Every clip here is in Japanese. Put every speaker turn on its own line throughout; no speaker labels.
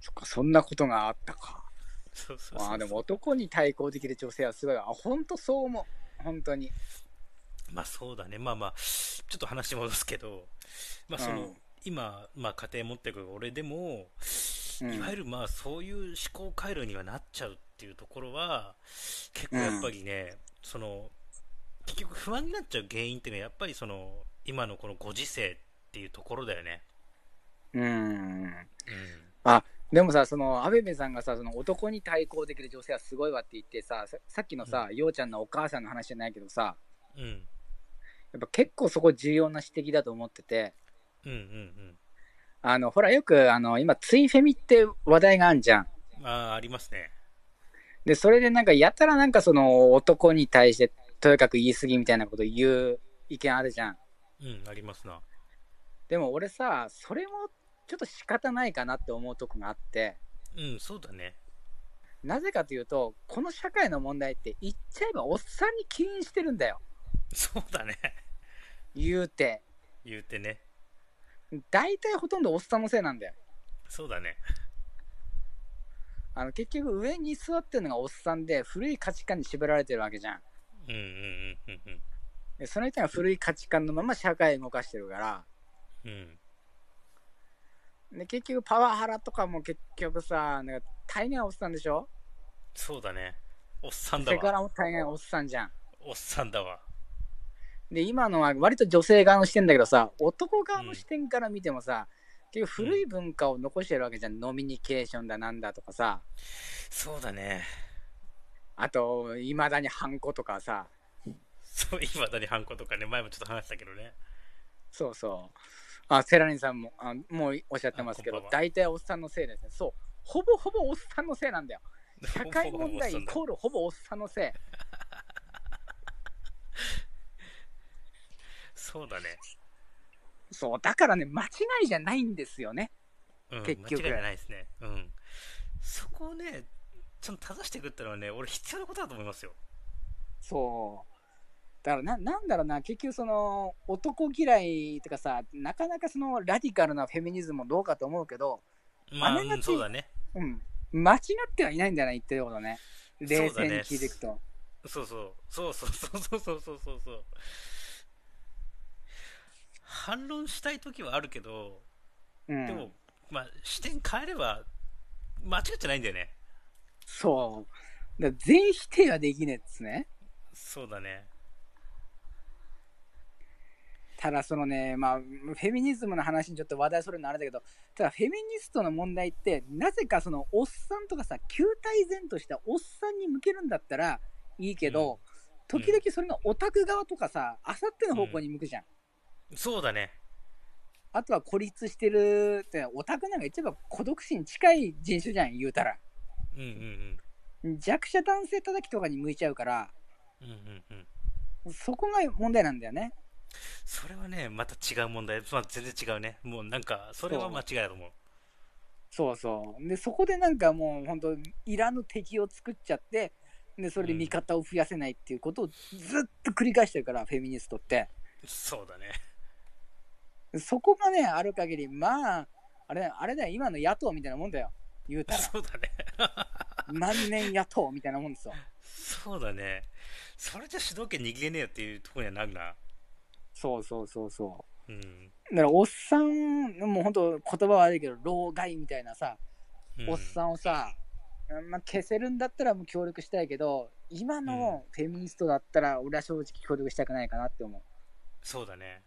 そっか、そんなことがあったか。
そうそうそうそう
まあでも男に対抗できる女性はすごいわ。あ、本当そう思う。本当に。
まあそうだねまあまあちょっと話戻すけどまあその、
うん
今、まあ、家庭持ってる俺でも、
うん
いわゆるまあそういう思考回路にはなっちゃうっていうところは結構やっぱりね、その結局不安になっちゃう原因っていうのはやっぱりその今のこのご時世っていうところだよね、
うん。
うん、
でもさ、その、アベベさんがさ、その男に対抗できる女性はすごいわって言ってさ、ささっきのさ、ようちゃんのお母さんの話じゃないけどさ、
うん
やっぱ結構そこ重要な指摘だと思ってて、
うんうん
あの、ほらよく、あの、今、ツイフェミって話題があんじゃん。
うんああありますね
で、それでなんか、やたらなんかその、男に対して、とにかく言い過ぎみたいなこと言う意見あるじゃん。
うんありますな
でも俺さ、それもちょっと仕方ないかなって思うとこがあって、
うんそうだね
なぜかというと、この社会の問題って言っちゃえばおっさんに起因してるんだよ。
そうだね
言うて。
言うてね
大体ほとんどおっさんのせいなんだよ。
そうだね
あの結局上に座ってるのがおっさんで古い価値観に縛られてるわけじゃん。
うんうんうんうん
でその人が古い価値観のまま社会を動かしてるから。
うんうん
で結局パワハラとかも結局さ、なんか大概おっさんでしょ
そうだねおっさんだ
セクハ
わ
ラも大概おっさんじゃん。
おっさんだわ
で今のは割と女性側の視点だけどさ男側の視点から見てもさ、結局古い文化を残してるわけじゃん、ノミニケーションだなんだとかさ
そうだね
あといまだにハンコとかさ
そう、今だにハンコとかね、前もちょっと話したけどね。
そうそうあセラリンさんもあもうおっしゃってますけ
あ
ど
こんばんは
大体おっさんのせいですねそうほぼほぼおっさんのせいなんだよ社会問題イコールほぼおっさんのせい
そうだね。
そうだからね間違いじゃないんですよね
うん、
結局
間違いないですね。うん。そこをね、ちゃんと正していくってのはね、俺必要なことだと思いますよ。
そう。だからな、なんだろうな、結局その、男嫌いとかさ、なかなかその、ラディカルなフェミニズムもどうかと思うけど、
まあ、
あながち
うんそうだね。
うん。間違ってはいないんだな、言ってることね。冷
そう
静
だ
に
ね
聞いていくと。
そうそう。そうそうそうそうそうそうそう。反論したいときはあるけど、
う
で
ん
も。、まあ、視点変えれば、間違っちゃないんだよね。
そう。だから全否定はできねえっすね。
そうだね。
ただそのね、まあ、フェミニズムの話にちょっと話題それるのあれだけど、ただフェミニストの問題って、なぜかその、おっさんとかさ、球体前としたおっさんに向けるんだったらいいけど、
うん
時々それがオタク側とかさ、あさっての方向に向くじゃん。
そうだね。
あとは孤立してるって、オタクなんか一番孤独死に近い人種じゃん、言うたら。
うんうん
弱者男性叩きとかに向いちゃうから、
うん。うんうんうん。
そこが問題なんだよね。
それはね、また違う問題。まあ、全然違うね。もうなんか、それは間違いだと思う。
そうそう。で、そこでなんかもう本当いらぬ敵を作っちゃって、で、それで味方を増やせないっていうことをずっと繰り返してるから、フェミニストって。
そうだね。
そこがね、ある限り、まあ、あれあれだよ、今の野党みたいなもんだよ。言うたら、
そうだね。
万年野党みたいなもんですよ。
そうだね。それじゃ主導権握れねえよっていうところにはなるな。
そうそうそうそう。
うん。
だからおっさんもう本当言葉悪いけど老害みたいなさ、
うん、
おっさんをさ、まあ、消せるんだったらもう協力したいけど今のフェミニストだったら俺は正直協力したくないかなって思う。
そうだね。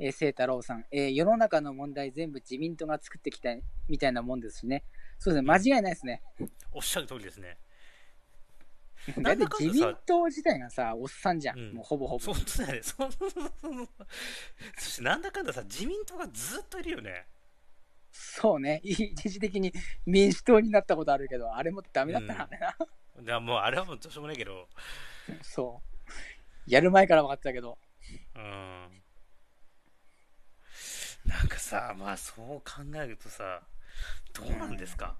えー、清太郎さん、えー世の中の問題全部自民党が作ってきたみたいなもんですしね。そうですね、間違いないですね。
おっしゃる通りですね。
だ
な
っ
ん
て
だかんださ
自民党自体がさ、おっさんじゃん、
うん
もうほぼほ
そ
ぼ
う。だね。そうそうそうそう。そして、なんだかんださ、自民党がずっといるよね。
そうね、 一時的に民主党になったことあるけど、あれもダメだったな、
うんいやもう、あれはもうどうしようもないけど。
そう。やる前から分かってたけど。
うん。なんかさ、まあ、そう考えるとさ、どうなんですか、